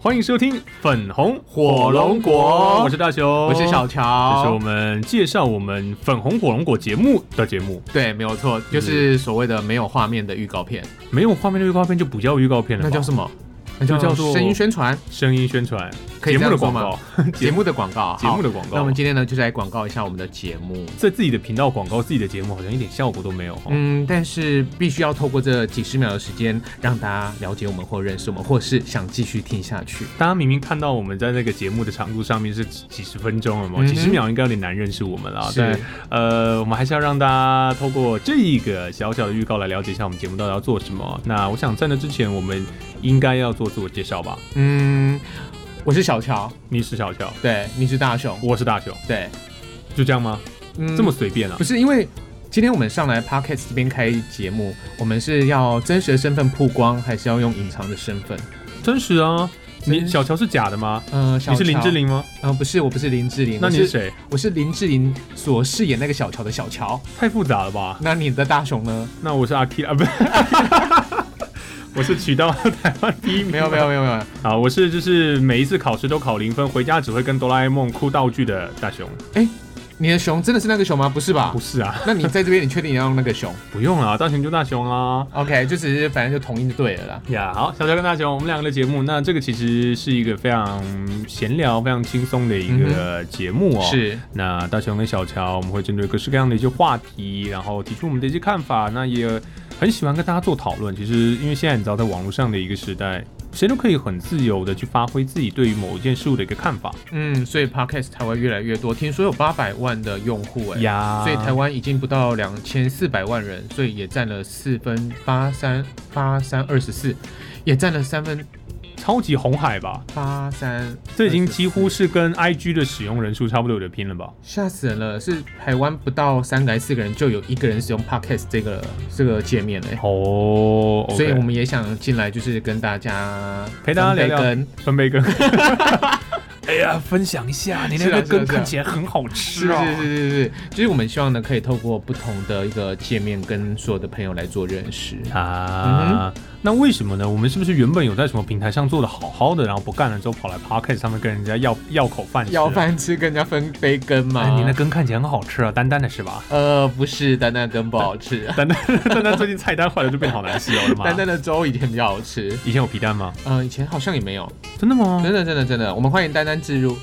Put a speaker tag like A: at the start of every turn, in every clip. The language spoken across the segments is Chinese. A: 欢迎收听《粉红
B: 火龙果
A: 我是大雄，
B: 我是小
A: 这哦是我
B: 乔。
A: 们介绍我们粉红火龙果节目的节目，
B: 对，没有
A: 嗯
B: 错，就是所谓的没有画面的预告片，
A: 没有画面的预告片就不叫预告片了吧，
B: 那叫什么？那
A: 就叫做
B: 声音宣传，
A: 声音宣传，
B: 可
A: 节
B: 以
A: 目
B: 这
A: 的
B: 样说
A: 广
B: 吗
A: 告，
B: 节目的广告，
A: 节目
B: 好
A: 的广告。
B: 那我们今天呢，就是来广告一下我们的节目。
A: 在自己的频道广告自己的节目，好像一点效果都没有哈。
B: 嗯，但是必须要透过这几十秒的时间，让大家了解我们或认识我们，或是想继续听下去。
A: 大家明明看到我们在那个节目的长度上面是几几十分钟了嘛，
B: 嗯哼
A: 几十秒应该有点难认识我们了。
B: 是
A: 但呃，我们还是要让大家透过这一个小小的预告来了解一下我们节目到底要做什么。那我想在那之前，我们应该要做自我介绍吧。
B: 嗯，我是小乔，
A: 你是小乔，
B: 对，你是大雄，
A: 我是大雄，
B: 对，
A: 就这样吗？
B: 嗯
A: 这么随便啊
B: 不？是因为今天我们上来 Podcast 这边开节目，我们是要真实的身份曝光，还是要用隐藏的身份？
A: 真实啊！
B: 真
A: 你
B: 实
A: 小乔是假的吗？
B: 呃，
A: 你是林志
B: 玲？
A: 玲吗？
B: 呃，不是，我不是林志玲，
A: 那你
B: 我
A: 是
B: 是？
A: 谁？
B: 我是林志玲所饰演那个小乔的小乔。
A: 太复杂了吧？
B: 那你的大雄呢？
A: 那我是阿 K 啊，不是， 我是取到台湾第一名。
B: 没有，没有，没有，没有。
A: 啊，我是就是每一次考试都考零分，回家只会跟哆啦 A 梦哭道具的大雄。
B: 你的熊真的是那个熊吗？不是吧
A: 不？是啊，
B: 那你在这边，你确定你要用那个熊
A: 不用啊，大雄就大雄啊。
B: ？OK，就只是反正就同意就对了啦。
A: 呀、好，小乔跟大雄，我们两个的节目，那这个其实是一个非常闲聊、非常轻松的一个节目哦。。
B: 是，
A: 那大雄跟小乔，我们会针对各式各样的一些话题，然后提出我们的一些看法。那也很喜欢跟大家做讨论。其实，因为现在你知道，在网络上的一个时代，谁都可以很自由的去发挥自己对于某一件事物的一个看法
B: 嗯，所以 Podcast 才会越来越多，听说有八百万的用户、哎。
A: 呀。
B: 所以台湾已经不到两千四百万人，所以也占了四分八三八三二十四，也占了三分
A: 超级红海吧，
B: 八三，
A: 这已经几乎是跟 IG 的使用人数差不多有的拼了吧？
B: 吓死人了！是台湾不到三个还是四个人就有一个人使用 Podcast 这个这个界面嘞、
A: 哦
B: 所以我们也想进来，就是跟大家
A: 陪大家聊聊
B: 分杯羹
A: 分贝哥， 哎呀，分享一下，你
B: 那个羹看
A: 起来很好啊
B: 是啊是是是是，就是我们希望呢，可以透过不同的一个界面，跟所有的朋友来做认识。
A: 啊。那为什么呢？我们是不是原本有在什么平台上做的好好的，然后不干了之后跑来 Podcast 上面跟人家要要口饭吃？啊
B: 要？饭吃跟人家分杯羹
A: 哎
B: 吗？，
A: 你那羹看起来很好吃啊，丹丹的是吧？
B: 呃，不是，丹丹羹不好吃。
A: 丹丹丹丹最近菜单坏了，就变好难吃哦， 我的妈！
B: 丹丹的粥以前比较好吃，
A: 以前有皮蛋吗？
B: 嗯、以前好像也没有，
A: 真的吗？
B: 真的真的真的，我们欢迎丹丹置入。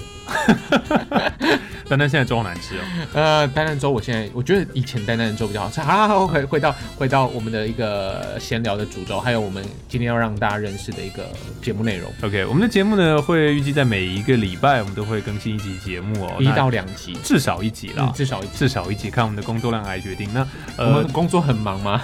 A: 丹丹现在粥好难吃哦。
B: 呃，丹丹粥我现在我觉得以前丹丹的粥比较好吃。好啦，好回回到回到我们的一个闲聊的主轴，还有我们今天要让大家认识的一个节目内容，
A: OK，我们的节目呢会预计在每一个礼拜我们都会更新一集节目哦，
B: 一
A: 那
B: 到两集，
A: 至少一集啦
B: 嗯，，至少一集。
A: 至少一集，看我们的工作量来决定。那
B: 我
A: 呃
B: 们，工作很忙吗？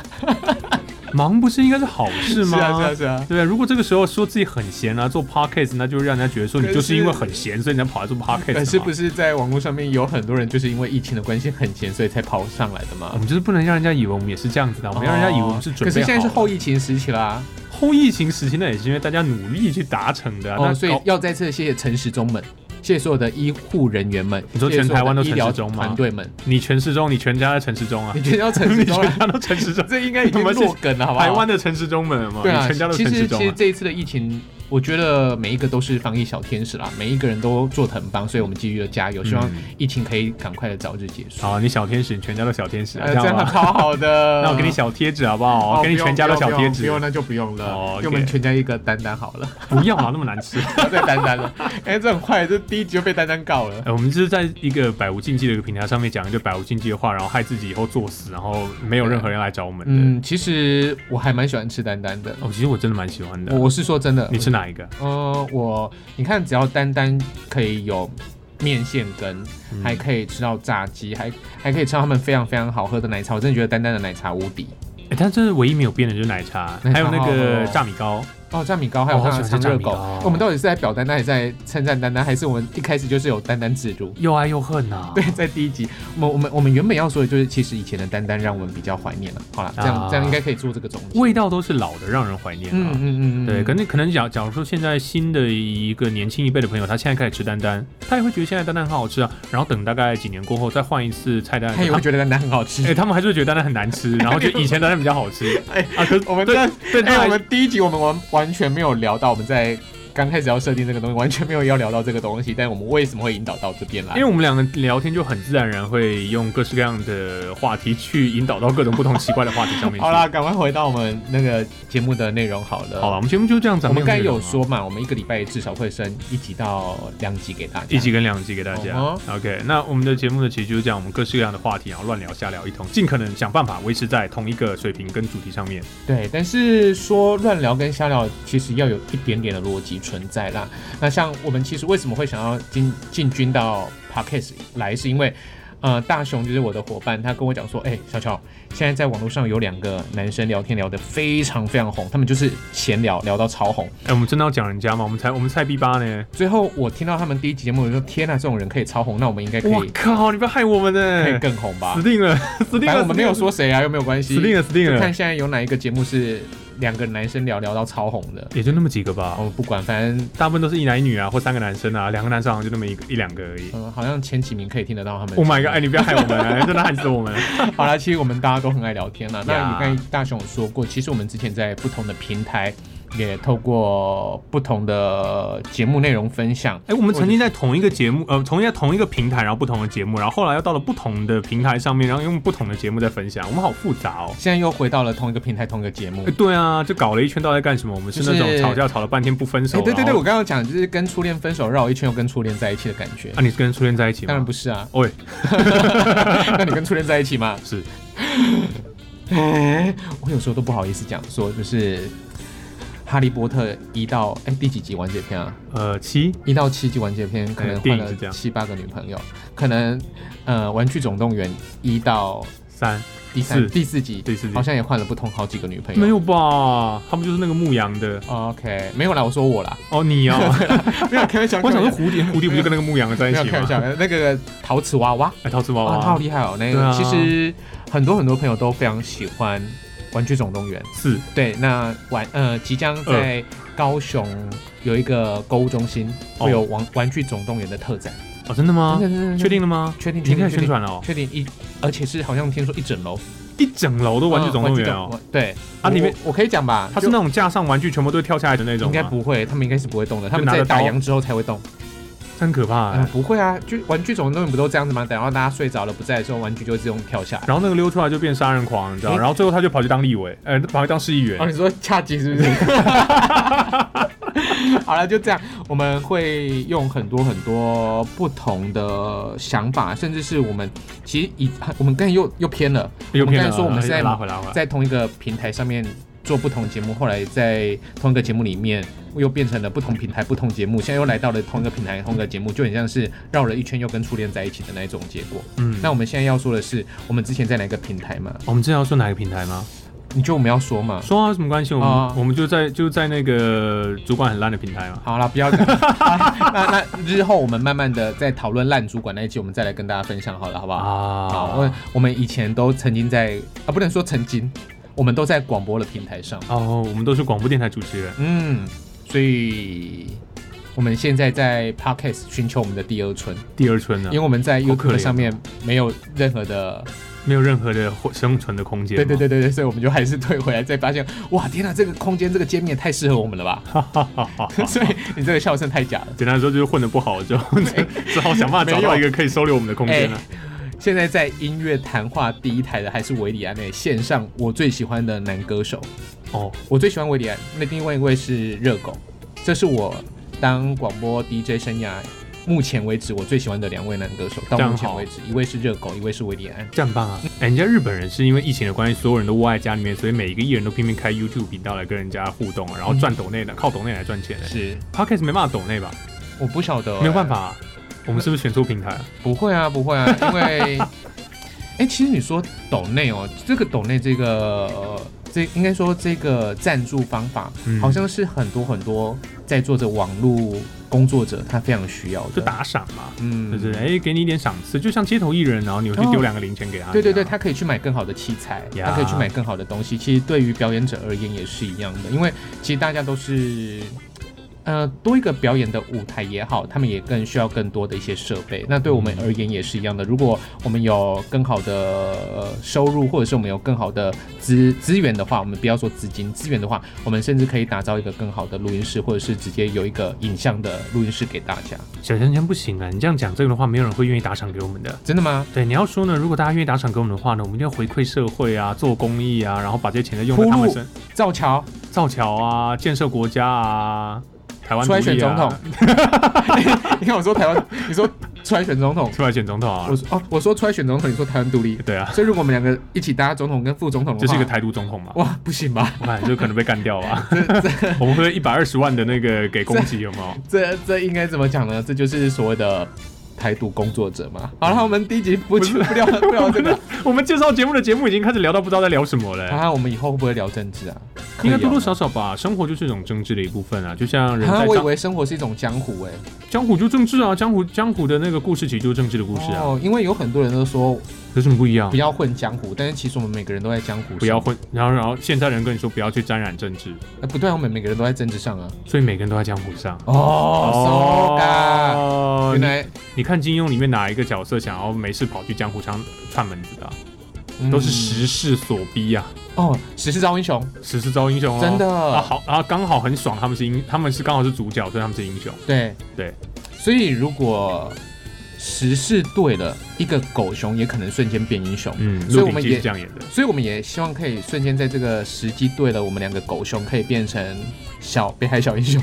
A: 忙不是应该是好事吗？
B: 是啊是啊是啊。
A: 对啊，如果这个时候说自己很闲啊，做 podcast，那就会让人家觉得说你
B: 可
A: 就是是因为很闲，所以你才跑来做 podcast 嘛。
B: 哎可是不是在网络上面有很多人就是因为疫情的关系很闲，所以才跑上来的
A: 我
B: 嘛？
A: 们就是不能让人家以为我们也是这样子的，我们要让人家以为我们是准备好
B: 可
A: 啊的。
B: 哦是现在是后疫情时期啦，
A: 后疫情时期，那也是因为大家努力去达成的啊、那
B: 哦，所以
A: 搞
B: 要再次谢谢陈时中们，谢谢所有的医护人员们，
A: 你说
B: 谢谢
A: 全
B: 所有
A: 台湾
B: 的
A: 都
B: 医
A: 陈
B: 疗
A: 时中吗
B: 团队们，
A: 你全时钟，你全家的陈时钟 啊
B: 你，觉得要陈时
A: 你
B: 中
A: 全
B: 了？
A: 家都陈时钟，
B: 这应该已经落梗了，好不好？
A: 台湾的陈时钟们嘛，
B: 对啊
A: 你全家，都
B: 其
A: 陈
B: 实
A: 时钟
B: 其实
A: 啊。
B: 这一次的疫情，我觉得每一个都是防疫小天使啦，每一个人都做得很棒，所以我们继续的加油，希望
A: 嗯
B: 疫情可以赶快的早日结束。
A: 好，你小天使，你全家都小天使啊，
B: 呃，
A: 这
B: 这
A: 样
B: 样
A: 吧。
B: 超好 的。
A: 那我给你小贴纸啊好不好？
B: 哦，
A: 给你全家都小贴
B: 不
A: 纸
B: 用，不用不用，那就不用
A: 哦
B: 了，
A: ，OK
B: 给我们全家一个丹丹好了，
A: 不要啊嘛，那么难吃。
B: 不要再丹丹了。哎，这很坏，这第一集就被丹丹告了。
A: 呃，我们就是在一个百无禁忌的一个平台上面讲一堆百无禁忌的话，然后害自己以后作死，然后没有任何人来找我们的。
B: 嗯，其实我还蛮喜欢吃丹丹的。
A: 哦，其实我真的蛮喜欢的。
B: 我我是说真的，
A: 你吃哪一个？
B: 呃，我你看，只要丹丹可以有面线羹，
A: 嗯
B: 还可以吃到炸鸡，还还可以吃到他们非常非常好喝的奶茶，我真的觉得丹丹的奶茶无敌。
A: 哎，但真的唯一没有变的就是奶茶，
B: 奶茶
A: 还有那个
B: 哦
A: 炸米糕。
B: 哦，炸米糕还有
A: 哦
B: 他
A: 好
B: 的
A: 喜欢
B: 长
A: 吃
B: 热
A: 炸
B: 狗，
A: 米糕哦
B: 我们到底是在表丹丹，还是在称赞丹丹，还是我们一开始就是有丹丹自助？
A: 又爱又恨呐、
B: 对，在第一集，我们我们我们原本要说的就是，其实以前的丹丹让我们比较怀念了。好了，这样、
A: 啊
B: 这样应该可以做这个总结。
A: 味道都是老的，让人怀念
B: 嗯
A: 啊。
B: 嗯嗯嗯，
A: 对，可
B: 跟
A: 能可能假假如说现在新的一个年轻一辈的朋友，他现在开始吃丹丹，他也会觉得现在丹丹很好吃啊。然后等大概几年过后再换一次菜单，
B: 他也会觉得丹丹很好吃。
A: 哎、他们还是会觉得丹丹很难吃，然后就以前 丹丹比较好吃。
B: 哎
A: 啊，可是
B: 我们
A: 对
B: 这样
A: 对，他
B: 哎、我
A: 们
B: 们第一集我们完完全没有聊到我们在刚开始要设定这个东西，完全没有要聊到这个东西，但我们为什么会引导到这边来？
A: 因为我们两个聊天就很自然而然会用各式各样的话题去引导到各种不同奇怪的话题 上面去。
B: 好啦，赶快回到我们那个节目的内容好了。
A: 好了，我们节目就这样子啊。
B: 我们刚才
A: 没内容
B: 有
A: 啊
B: 说嘛，我们一个礼拜至少会升一集到两集给大家。
A: 一集跟两集给大家。
B: 哦
A: OK，那我们的节目呢，其实就是这样，我们各式各样的话题，然后乱聊瞎聊一通，尽可能想办法维持在同一个水平跟主题上面。
B: 对，但是说乱聊跟瞎聊，其实要有一点点的逻辑存在啦。那像我们其实为什么会想要进进军到 podcast 来，是因为。呃，大雄就是我的伙伴，他跟我讲说，哎、小乔，现在在网络上有两个男生聊天聊得非常非常红，他们就是闲聊聊到超红。
A: 哎、我们真的要讲人家吗？我们才我们才 B 八呢！
B: 最后我听到他们第一集节目，我就说，天呐、啊这种人可以超红，那我们应该可
A: 我
B: 以
A: 靠，你不要害我们
B: 可以
A: 呢！
B: 更红 吧
A: 死？定了， 死定
B: 反
A: 了！
B: 正我们没有
A: 死定
B: 说
A: 了，
B: 谁啊，又没有关系。
A: 死定了，死定
B: 就
A: 了
B: 看！现在有哪一个节目是两个男生聊聊到超红的。
A: 也就那么几个吧，
B: 哦，不管，反正
A: 大部分都是一男一女啊，或三个男生啊，两个男生好像就那么一个一两个而已。
B: 嗯，好像前几名可以听得到他们。
A: Oh my god！哎、你不要害我们、啊，真 的害死我们！
B: 好啦，其实我们大家都很爱聊天啦。那
A: 呀
B: 你刚才大雄有说过，其实我们之前在不同的平台，也透过不同的节目内容分享。
A: 哎、我们曾经在同一个节目，呃，同一在同一个平台，然后不同的节目，然后后来又到了不同的平台上面，然后用不同的节目在分享，我们好复杂哦。
B: 现在又回到了同一个平台，同一个节目
A: 哎，。对啊，就搞了一圈，到底在干什么？我们是那
B: 就
A: 种
B: 是
A: 吵架吵了半天不分手。
B: 哎，对对对，
A: 然
B: 我
A: 后
B: 刚刚讲就是跟初恋分手绕一圈，又跟初恋在一起的感觉
A: 啊，。你是跟初恋在一起吗？
B: 当然 不是啊，
A: 是，喂，
B: 那你跟初恋在一起吗？
A: 是
B: 哎，我有时候都不好意思讲，说就是《哈利波特》一到哎第几集完结篇啊？
A: 呃七
B: 一到七集完结篇，可能
A: 哎电
B: 换
A: 影是这
B: 了
A: 样
B: 七八个女朋友，可能呃《玩具总动员》一到
A: 三
B: 第三
A: 四
B: 第四集，
A: 第四集
B: 好像也换了不同好几个女朋友。
A: 没有吧？他们就是那个牧羊的
B: OK，没有啦，我说我啦，
A: 哦， 你哦，
B: 没有开玩 笑
A: 我想说蝴蝶，蝴蝶不就跟那个牧羊的在
B: 没
A: 一
B: 有
A: 起
B: 开玩
A: 吗？
B: 笑，那个陶瓷娃娃
A: 哎，陶瓷娃
B: 啊，他好
A: 娃
B: 厉害哦，那
A: 对
B: 个
A: 啊
B: 其实很多很多朋友都非常喜欢《玩具总动员》。
A: 四
B: 对，那玩呃，即将在高雄有一个购物中心
A: 哦
B: 会有玩《玩具总动员》的特展，
A: 哦，真的吗？确
B: 确
A: 定了吗？
B: 确定
A: 已经
B: 确
A: 开
B: 定
A: 始宣
B: 确定
A: 传了哦，
B: 确定一，而且是好像听说一整楼
A: 一整楼都玩具
B: 嗯
A: 总动员哦，
B: 玩对
A: 啊里面
B: 我我可以讲吧，
A: 它是
B: 就
A: 那种架上玩具全部都会跳下来的那种啊
B: 应
A: 吗，
B: 该不会，他们应该是不会动的，他们
A: 拿
B: 在
A: 着
B: 打
A: 刀
B: 烊之后才会动。
A: 真可怕
B: 嗯
A: 哎。
B: 不会啊，就玩具总动员不都这样子吗？等到大家睡着了不在的时候，玩具就会自动跳下来。
A: 然后那个溜出来就变杀人狂，你知道？
B: 哎
A: 然后最后他就跑去当立委，呃，跑去当市议员
B: 哦，。你说恰吉是 不是？好了，就这样，我们会用很多很多不同的想法，甚至是我们其实以我们刚才又又偏了，
A: 又
B: 我们
A: 骗人了
B: 刚才
A: 哎
B: 说我们是在
A: 拉回来拉回来。
B: 在同一个平台上面做不同节目，后来在同一个节目里面又变成了不同平台、不同节目，现在又来到了同一个平台、同一个节目，就很像是绕了一圈又跟初恋在一起的那一种结果。
A: 嗯，
B: 那我们现在要说的是，我们之前在哪个平台嘛？
A: 我们之前要说哪个平台吗？
B: 你觉得我们要说嘛？
A: 说啊，有什么关系？我们、
B: 啊
A: 我们就在就在那个主管很烂的平台嘛。
B: 好了，不要讲。那那日后我们慢慢的在讨论烂主管那一集，我们再来跟大家分享好了，好不好？好，
A: 啊
B: 哦我，我们以前都曾经在啊，不能说曾经，我们都在广播的平台上，
A: 哦，我们都是广播电台主持人。
B: 嗯，所以我们现在在 podcast 寻求我们的第二春，
A: 第二春呢
B: 因为，我们在
A: 啊好可怜
B: YouTube
A: 哦
B: 上面没有任何的，
A: 没有任何的活生存的空间。
B: 对对，对对对，所以我们就还是退回来，再发现，哇，天哪，这个空间这个界面也太适合我们了吧？
A: 哈哈哈哈哈。
B: 所以你这个笑声太假了。
A: 简单来说就是混的不好， 就只好想办法找到一个可以收留我们的空间了、啊
B: 现在在音乐谈话第一台的还是维里安诶、线上我最喜欢的男歌手，
A: 哦，
B: 我最喜欢维里安。那另外一位是热狗，这是我当广播 DJ 生涯目前为止我最喜欢的两位男歌手。到
A: 这样
B: 目前
A: 好
B: 为止，一位是热狗，一位是维里安。
A: 这样棒啊！哎、人家日本人是因为疫情的关系，所有人都窝在家里面，所以每一个艺人都拼命开 YouTube 频道来跟人家互动，然后赚抖内的，靠抖内来赚钱、哎
B: 嗯是，
A: Podcast 没办法抖内吧？
B: 我不晓得、
A: 没有办法、，啊，我们是不是选错平台了？
B: 不会啊，不会 啊，因为，哎、其实你说抖内哦，这个抖内这个、呃、这应该说这个赞助方法，
A: 嗯
B: 好像是很多很多在做着网络工作者他非常需要
A: 就
B: 的。
A: 打赏嘛，
B: 嗯哦
A: 就是哎、给你一点赏赐，就像街头艺人，然后你会去丢两个零钱给他。
B: 对对
A: 你知
B: 对，
A: 道吗
B: 他可以去买更好的器材
A: 啊呀
B: 他可以去买更好的东西。其实对于表演者而言也是一样的，因为其实大家都是，呃多一个表演的舞台也好，他们也更需要更多的一些设备。那对我们而言也是一样的，如果我们有更好的呃收入，或者是我们有更好的资资源的话，我们不要说资金资源的话，我们甚至可以打造一个更好的录音室，或者是直接有一个影像的录音室给大家。
A: 小香香不行啊，你这样讲这个的话，没有人会愿意打赏给我们的。
B: 真的吗？
A: 对，你要说呢，如果大家愿意打赏给我们的话呢，我们一定要回馈社会啊，做公益啊，然后把这些钱呢用在他们身
B: 造桥，
A: 造桥啊，建设国家啊，台湾独
B: 出来
A: 立啊
B: 选总统，。 你看我说台湾，你说出来选总统，
A: 出来选总统啊
B: 我，说哦，我说出来选总统，你说台湾独立，
A: 对啊，
B: 所以如果我们两个一起搭总统跟副总统的话，
A: 这是一个台独总统嘛，
B: 哇，不行吧？
A: 我看就可能被干掉 啊。 我们会一百二十万的那个给啊攻击有没有？
B: 这这应该怎么讲呢？这就是所谓的台独工作者嘛。好了，我们第一集不去不聊不聊哦 这个
A: 我们介绍节目的节目已经开始聊到不知道在聊什么了、
B: 啊，我们以后会不会聊政治啊？
A: 应该多多
B: 可以哦
A: 少少吧。生活就是一种政治的一部分啊，就像人
B: 啊，
A: 在
B: 我以
A: 江
B: 为生活是一种江湖哎、
A: 江湖就政治啊，江湖江湖的那个故事其实就是政治的故事啊，
B: 哦，因为有很多人都说
A: 有什么不一样啊
B: 不？要混江湖，但是其实我们每个人都在江湖上。
A: 不要混，然后然后现在人跟你说不要去沾染政治，
B: 呃不对啊，我们每个人都在政治上啊。
A: 所以每个人都在江湖上。
B: 哦，so 嘎，
A: 哦
B: 原来
A: 你你看金庸里面哪一个角色想要没事跑去江湖上串门子的啊、
B: 嗯
A: 都是时势所逼啊，
B: 哦，时势造英雄，
A: 时势招英雄哦。
B: 真的
A: 啊，好啊，刚好很爽，他们是英，他们是刚好是主角，所以他们是英雄。
B: 对
A: 对，
B: 所以如果时势对了，一个狗熊也可能瞬间变英雄。
A: 嗯，鹿
B: 所以我
A: 鼎
B: 们
A: 记
B: 也
A: 是这样演的。
B: 所以我们也希望可以瞬间在这个时机对了，我们两个狗熊可以变成小北海小英雄。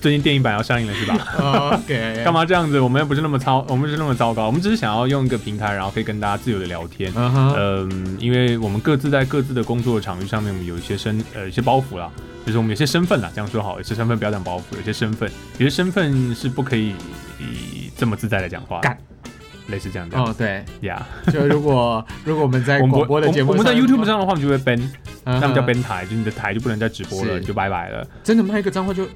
A: 最近电影版要上映了是 吧？
B: OK，
A: 干
B: 嘛？
A: 嘛这样子？我们又不是那么糟，我们不是那么糟糕，我们只是想要用一个平台，然后可以跟大家自由的聊天。
B: 嗯哼，
A: 嗯，因为我们各自在各自的工作场域上面，我们有一些身呃一些包袱啦，就是我们有些身份啦，这样说好，有些身份不要讲包袱，有些身份，有些身份是不可以以这么自在的讲话的
B: 干，
A: 类似这样的
B: 哦对，
A: 呀。
B: 就如果如果我们在
A: 我们不
B: 广播的节目，
A: 我们我们在 YouTube 上，的话，我们就会 ban，
B: 嗯哼
A: 那么叫 ban 台，就是你的台就不能再直播了，
B: 是
A: 你就拜拜了。
B: 真的骂一个脏话就，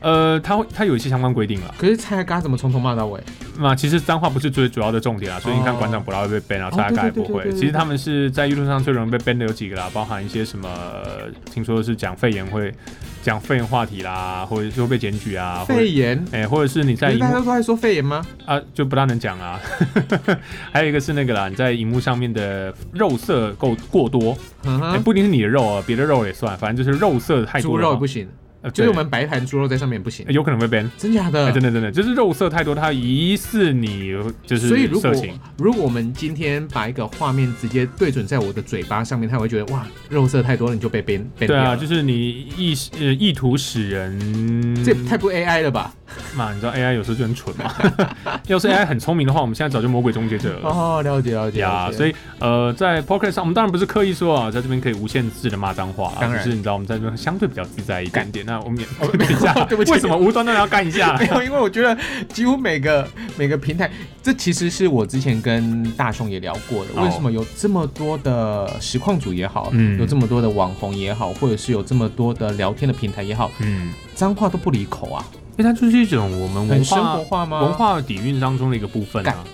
A: 呃，它会它有一些相关规定啦。
B: 可是蔡嘎怎么从头骂到尾？
A: 那其实脏话不是最主要的重点啊，所以你看
B: 哦
A: 馆长不拉会被 ban 啊，
B: 哦
A: 大概也
B: 对
A: 不
B: 对对
A: 会
B: 对。对
A: 其实他们是在 YouTube 上最容易被 ban 的有几个啦，包含一些什么，呃听说是讲肺炎会讲肺炎话题啦，或者是会被检举啊，或者
B: 肺炎，
A: 哎、或者是你在
B: 可是
A: 荧
B: 大家
A: 幕
B: 都在说肺炎吗？
A: 啊就不大能讲啊， 还有一个是那个啦，你在荧幕上面的肉色够过多，
B: 嗯
A: 哎、
B: 哼，
A: 不一定是你的肉啊，别的肉也算，反正就是肉色太
B: 猪
A: 多的话，
B: 肉也不行，
A: 呃，
B: 就是
A: 对
B: 我们嗯白盘猪肉在上面也不行
A: 哎，有可能会 ban，
B: 真假
A: 哎、
B: 的？
A: 真的真的，就是肉色太多，它疑似你就是
B: 所以如果
A: 色情。
B: 如果我们今天把一个画面直接对准在我的嘴巴上面，他也会觉得哇，肉色太多了，你就被编
A: 对
B: 编掉
A: 啊，
B: 了。
A: 就是你意呃意图使人
B: 这也太不 AI 了吧？
A: 嘛，你知道 AI 有时候就很蠢嘛。 要是 AI 很聪明的话，我们现在早就魔鬼终结者了。
B: 哦，了解了解
A: 嗯呀，
B: 了解
A: 所以呃，在 p o c k e t 上，我们当然不是刻意说啊，在这边可以无限制的骂脏话啊，
B: 当
A: 只
B: 然
A: 是你知道我们在这边相对比较自在一点点。那 我们也
B: 哦
A: 等一下，
B: 对不起
A: 为什么无端端要干一下
B: 没？有，因为我觉得几乎每个每个平台，这其实是我之前跟大雄也聊过的。
A: 哦
B: 为什么有这么多的实况主也好，
A: 嗯
B: 有这么多的网红也好，或者是有这么多的聊天的平台也好，
A: 嗯，
B: 脏话都不离口啊，
A: 因为哎它就是一种我们文
B: 很生
A: 化
B: 活化吗？
A: 哎文化底蕴当中的一个部分
B: 干
A: 啊。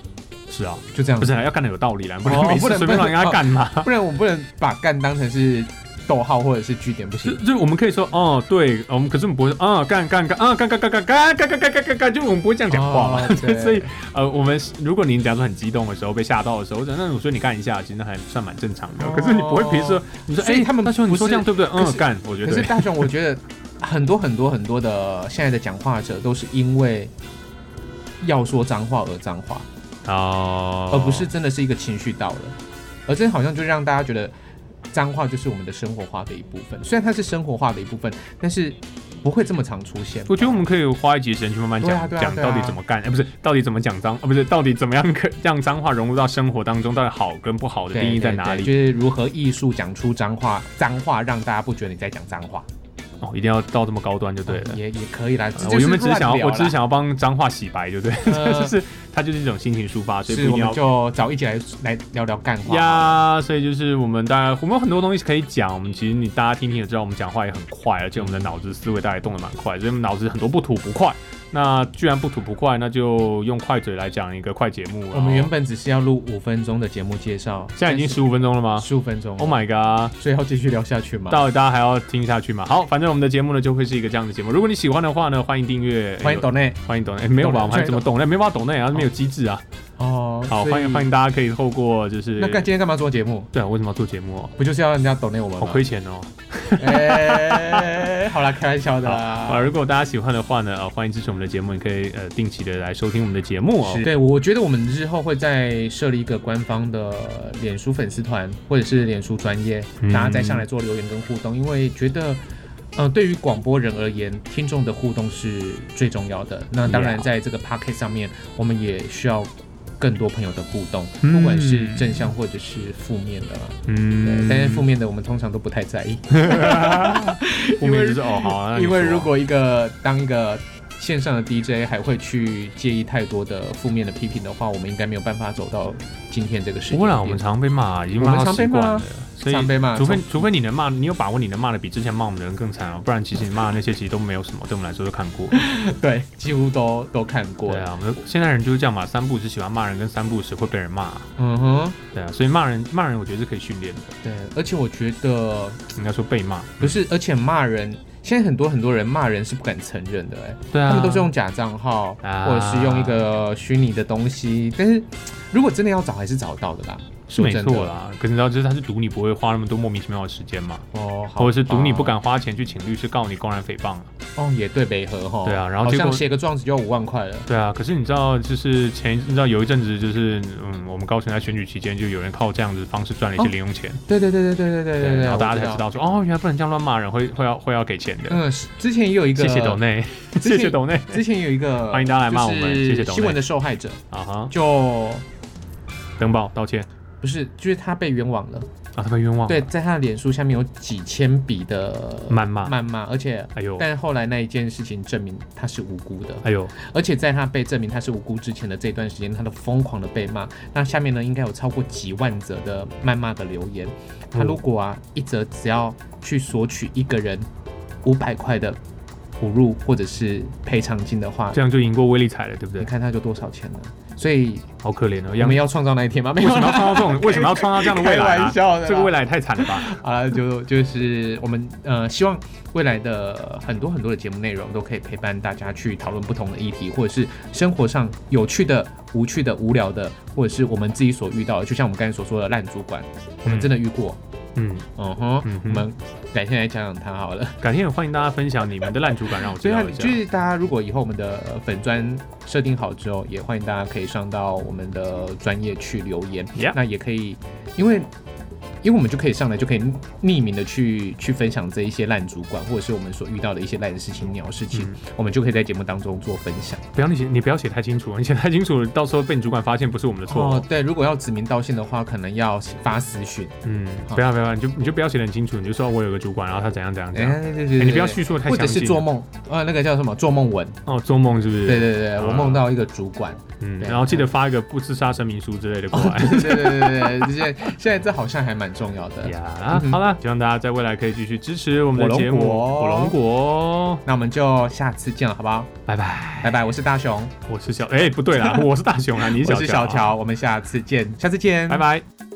A: 是啊，
B: 就这样
A: 不
B: 子
A: 是，啊要干的有道理啦，不能
B: 哦
A: 每次
B: 不能
A: 随便
B: 不
A: 让人
B: 能
A: 家
B: 哦
A: 干嘛。
B: 不然我不能把干当成是逗号或者是句点，不
A: 就
B: 行。
A: 就我们可以说哦，对，呃我们可是我们不会说啊，干干干啊，干干干干干干干干干干干，就我们不会这样讲话嘛。
B: 哦对
A: 所以呃，我们如果你假如说很激动的时候被吓到的时候，那我说你干一下，其实那还算蛮正常的。
B: 哦
A: 可是你不会平时说你说
B: 所以
A: 哎，
B: 他们
A: 那时候你
B: 不是
A: 说这样对不对？
B: 可
A: 嗯，
B: 是
A: 干，我觉
B: 可是
A: 得
B: 大雄，我觉得很多很多很多的现在的讲话者都是因为要说脏话而脏话，
A: 哦
B: 而不是真的是一个情绪到了，而这好像就让大家觉得脏话就是我们的生活化的一部分。虽然它是生活化的一部分，但是不会这么常出现。
A: 我觉得我们可以花一集时间去慢慢
B: 对
A: 讲
B: 啊对啊
A: 讲
B: 对啊
A: 到底怎么干，哎，不是到底怎么讲脏，啊，不是到底怎么样可让脏话融入到生活当中，到底好跟不好的
B: 对
A: 定义在
B: 对
A: 哪
B: 对
A: 里
B: 就？是如何艺术讲出脏话，脏话让大家不觉得你在讲脏话，
A: 哦，一定要到这么高端就对了。
B: 也也可以啦。这
A: 呃
B: 就
A: 我原本只是
B: 乱
A: 想要，
B: 聊
A: 我只是
B: 啦
A: 想要帮脏话洗白，对不对？
B: 呃
A: 就是它就是一种心情抒发，所以不
B: 是，
A: 一
B: 我
A: 定
B: 们
A: 要。
B: 就找一起来来聊聊干话。
A: 呀所以就是我们大概我们有很多东西可以讲，我们其实你大家听听也知道，我们讲话也很快，而且我们的脑子思维大家也动得蛮快，所以我们脑子很多不吐不快。那居然不吐不快，那就用快嘴来讲一个快节目。
B: 我们原
A: 然后
B: 本只是要录五分钟的节目介绍，
A: 现在已经十五分钟了吗
B: 十五分钟了
A: ？Oh my god！
B: 所以要继续聊下去吗？
A: 到底大家还要听下去吗？好，反正我们的节目呢就会是一个这样的节目。如果你喜欢的话呢，欢迎订阅，
B: 欢迎
A: 哎
B: 董内
A: 有欢迎懂哎，没有吧？我
B: 懂
A: 们还怎么懂内？没办法懂内啊，没有机制啊。
B: 哦。
A: 好，
B: 所以
A: 欢迎欢。迎大家可以透过就是
B: 那干今天干嘛做节目？
A: 对啊，为什么要做节目哦？
B: 不就是要人家董内我们
A: 好
B: 吗？
A: 亏钱哦。
B: 哎，好啦，开玩笑的
A: 啊，
B: 啦。
A: 如果大家喜欢的话呢，呃，欢迎支持我们的节目，你可以呃定期的来收听我们的节目哦。
B: 对，我觉得我们日后会再设立一个官方的脸书粉丝团，或者是脸书专业，
A: 嗯
B: 大家再上来做留言跟互动，因为觉得，嗯、对于广播人而言，听众的互动是最重要的。那当然，
A: Yeah
B: 在这个 p o c k e t 上面，我们也需要更多朋友的互动，
A: 嗯
B: 不管是正向或者是负面的啦。对
A: 嗯，
B: 但是负面的我们通常都不太在意，
A: 负面就是哦，好啊，那你
B: 因为
A: 说
B: 如果一个当一个线上的 DJ 还会去介意太多的负面的批评的话，我们应该没有办法走到今天这个时
A: 不会
B: 间
A: 啦，我们
B: 点。
A: 常被骂，已经
B: 我们
A: 骂到
B: 常被
A: 习惯
B: 骂
A: 了
B: 啊，
A: 所以
B: 常被骂
A: 除非
B: 从
A: 除非你能骂，你有把握你能骂的比之前骂我们的人更惨啊，不然其实你骂的那些其实都没有什么，对我们来说都看过。
B: 对，几乎都都看过
A: 对。啊，我们现在人就是这样嘛，三不五时喜欢骂人，跟三不五时会被人骂。
B: 嗯哼，
A: 对啊，所以骂人骂人，我觉得是可以训练的，
B: 对，而且我觉得
A: 应该说被骂。
B: 不是，而且骂人，现在很多很多人骂人是不敢承认的、哎、
A: 对啊，
B: 他们都是用假账号，
A: 啊
B: 或者是用一个虚拟的东西，但是如果真的要找，还是找得到的啦。
A: 是没
B: 说真
A: 错
B: 的
A: 啦，可是你知道，就是他是赌你不会花那么多莫名其妙的时间嘛，
B: 哦，好
A: 或者是赌你
B: 吧
A: 不敢花钱去请律师告你公然啊诽谤。
B: 哦，也对，北河哈。
A: 对啊然后
B: 好
A: 结果
B: 像写个状子就要五万块了。
A: 对啊，可是你知道，就是前一你知道有一阵子，就是嗯，我们高层在选举期间，就有人靠这样子方式赚了一些零用钱，
B: 对对对对对对哦对对
A: 然后大家才
B: 我
A: 知道说，哦，原来不能这样乱骂人，会会要会要给钱的。
B: 嗯，是之前也有一个，
A: 谢谢斗。内，
B: 之
A: 谢
B: 前
A: 谢斗内
B: 之前有一个，
A: 欢迎大家来骂我们
B: 就是
A: 谢谢董
B: 新闻的受害者
A: 啊哈，
B: 就
A: 登报道歉
B: 不是，就是他被冤枉了。
A: 啊，他被冤枉。
B: 对，，在他的脸书下面有几千笔的
A: 谩骂
B: 谩骂，而且。
A: 哎呦，
B: 但后来那一件事情证明他是无辜的，
A: 哎呦，
B: 而且在他被证明他是无辜之前的这段时间，他都疯狂的被骂。那下面呢，应该有超过几万则的谩骂的留言。他如果啊，一则只要去索取一个人五百块的补入或者是赔偿金的话
A: 这，样就赢过威力彩了，对不
B: 你
A: 对？
B: 看他就多少钱了。所以
A: 好可怜哦，
B: 我
A: 杨
B: 们
A: 为
B: 要创造那一天吗？没
A: 什
B: 有
A: 么要创造这种，为什么要创造这样的未来
B: 开
A: 啊
B: 玩？笑的，
A: 这个未
B: 来
A: 来也太惨了吧！
B: 啊，就就是我们呃，希望未来的很多很多的节目内容都可以陪伴大家去讨论不同的议题，或者是生活上有趣的、无趣的、无聊的，或者是我们自己所遇到的，就像我们刚才所说的烂主管，我们真的遇过，
A: 嗯，
B: 嗯哼，
A: 嗯哼
B: 我们改天来讲讲他好了。
A: 改天也欢迎大家分享你们的烂主管，让我知
B: 所以
A: 道
B: 他
A: 一下
B: 啊就。是大家，如果以后我们的粉砖设定好之后，也欢迎大家可以上到我们的专业去留言。
A: Yeah
B: 那也可以，因为因为我们就可以上来，就可以匿名的去去分享这一些烂主管，或者是我们所遇到的一些烂事情、鸟事情，
A: 嗯
B: 我们就可以在节目当中做分享。
A: 不要你写，你不要写太清楚，你写太清楚，到时候被你主管发现不是我们的错。
B: 哦，对，如果要指名道姓的话，可能要发私讯。
A: 嗯，
B: 好
A: 不要不要，你就你就不要写得很清楚，你就说我有个主管，然后他怎样怎样怎
B: 哎
A: 样。
B: 对对对
A: 哎
B: 对
A: 你不要叙述的太
B: 或
A: 详
B: 者是
A: 细。
B: 做梦，呃，那个叫什么做梦文？
A: 哦，做梦是不是？
B: 对对对，我
A: 啊
B: 梦到一个主管。
A: 嗯，
B: 对
A: 然后记得发一个不自杀声明书之类的过来。
B: 对对对对对，这些现在这好像还蛮重要的。
A: 呀，
B: 嗯
A: 好啦，希望大家在未来可以继续支持我们的
B: 火龙
A: 节目《
B: 果
A: 火龙果
B: 那我们就下次见了，好不好？》，
A: 拜拜。
B: 拜拜，我是大雄，
A: 我是小，哎，不对啦，我是大雄啊，你是
B: 我
A: 小
B: 是小
A: 乔啊，
B: 乔，我们下次见，下次见，
A: 拜。拜。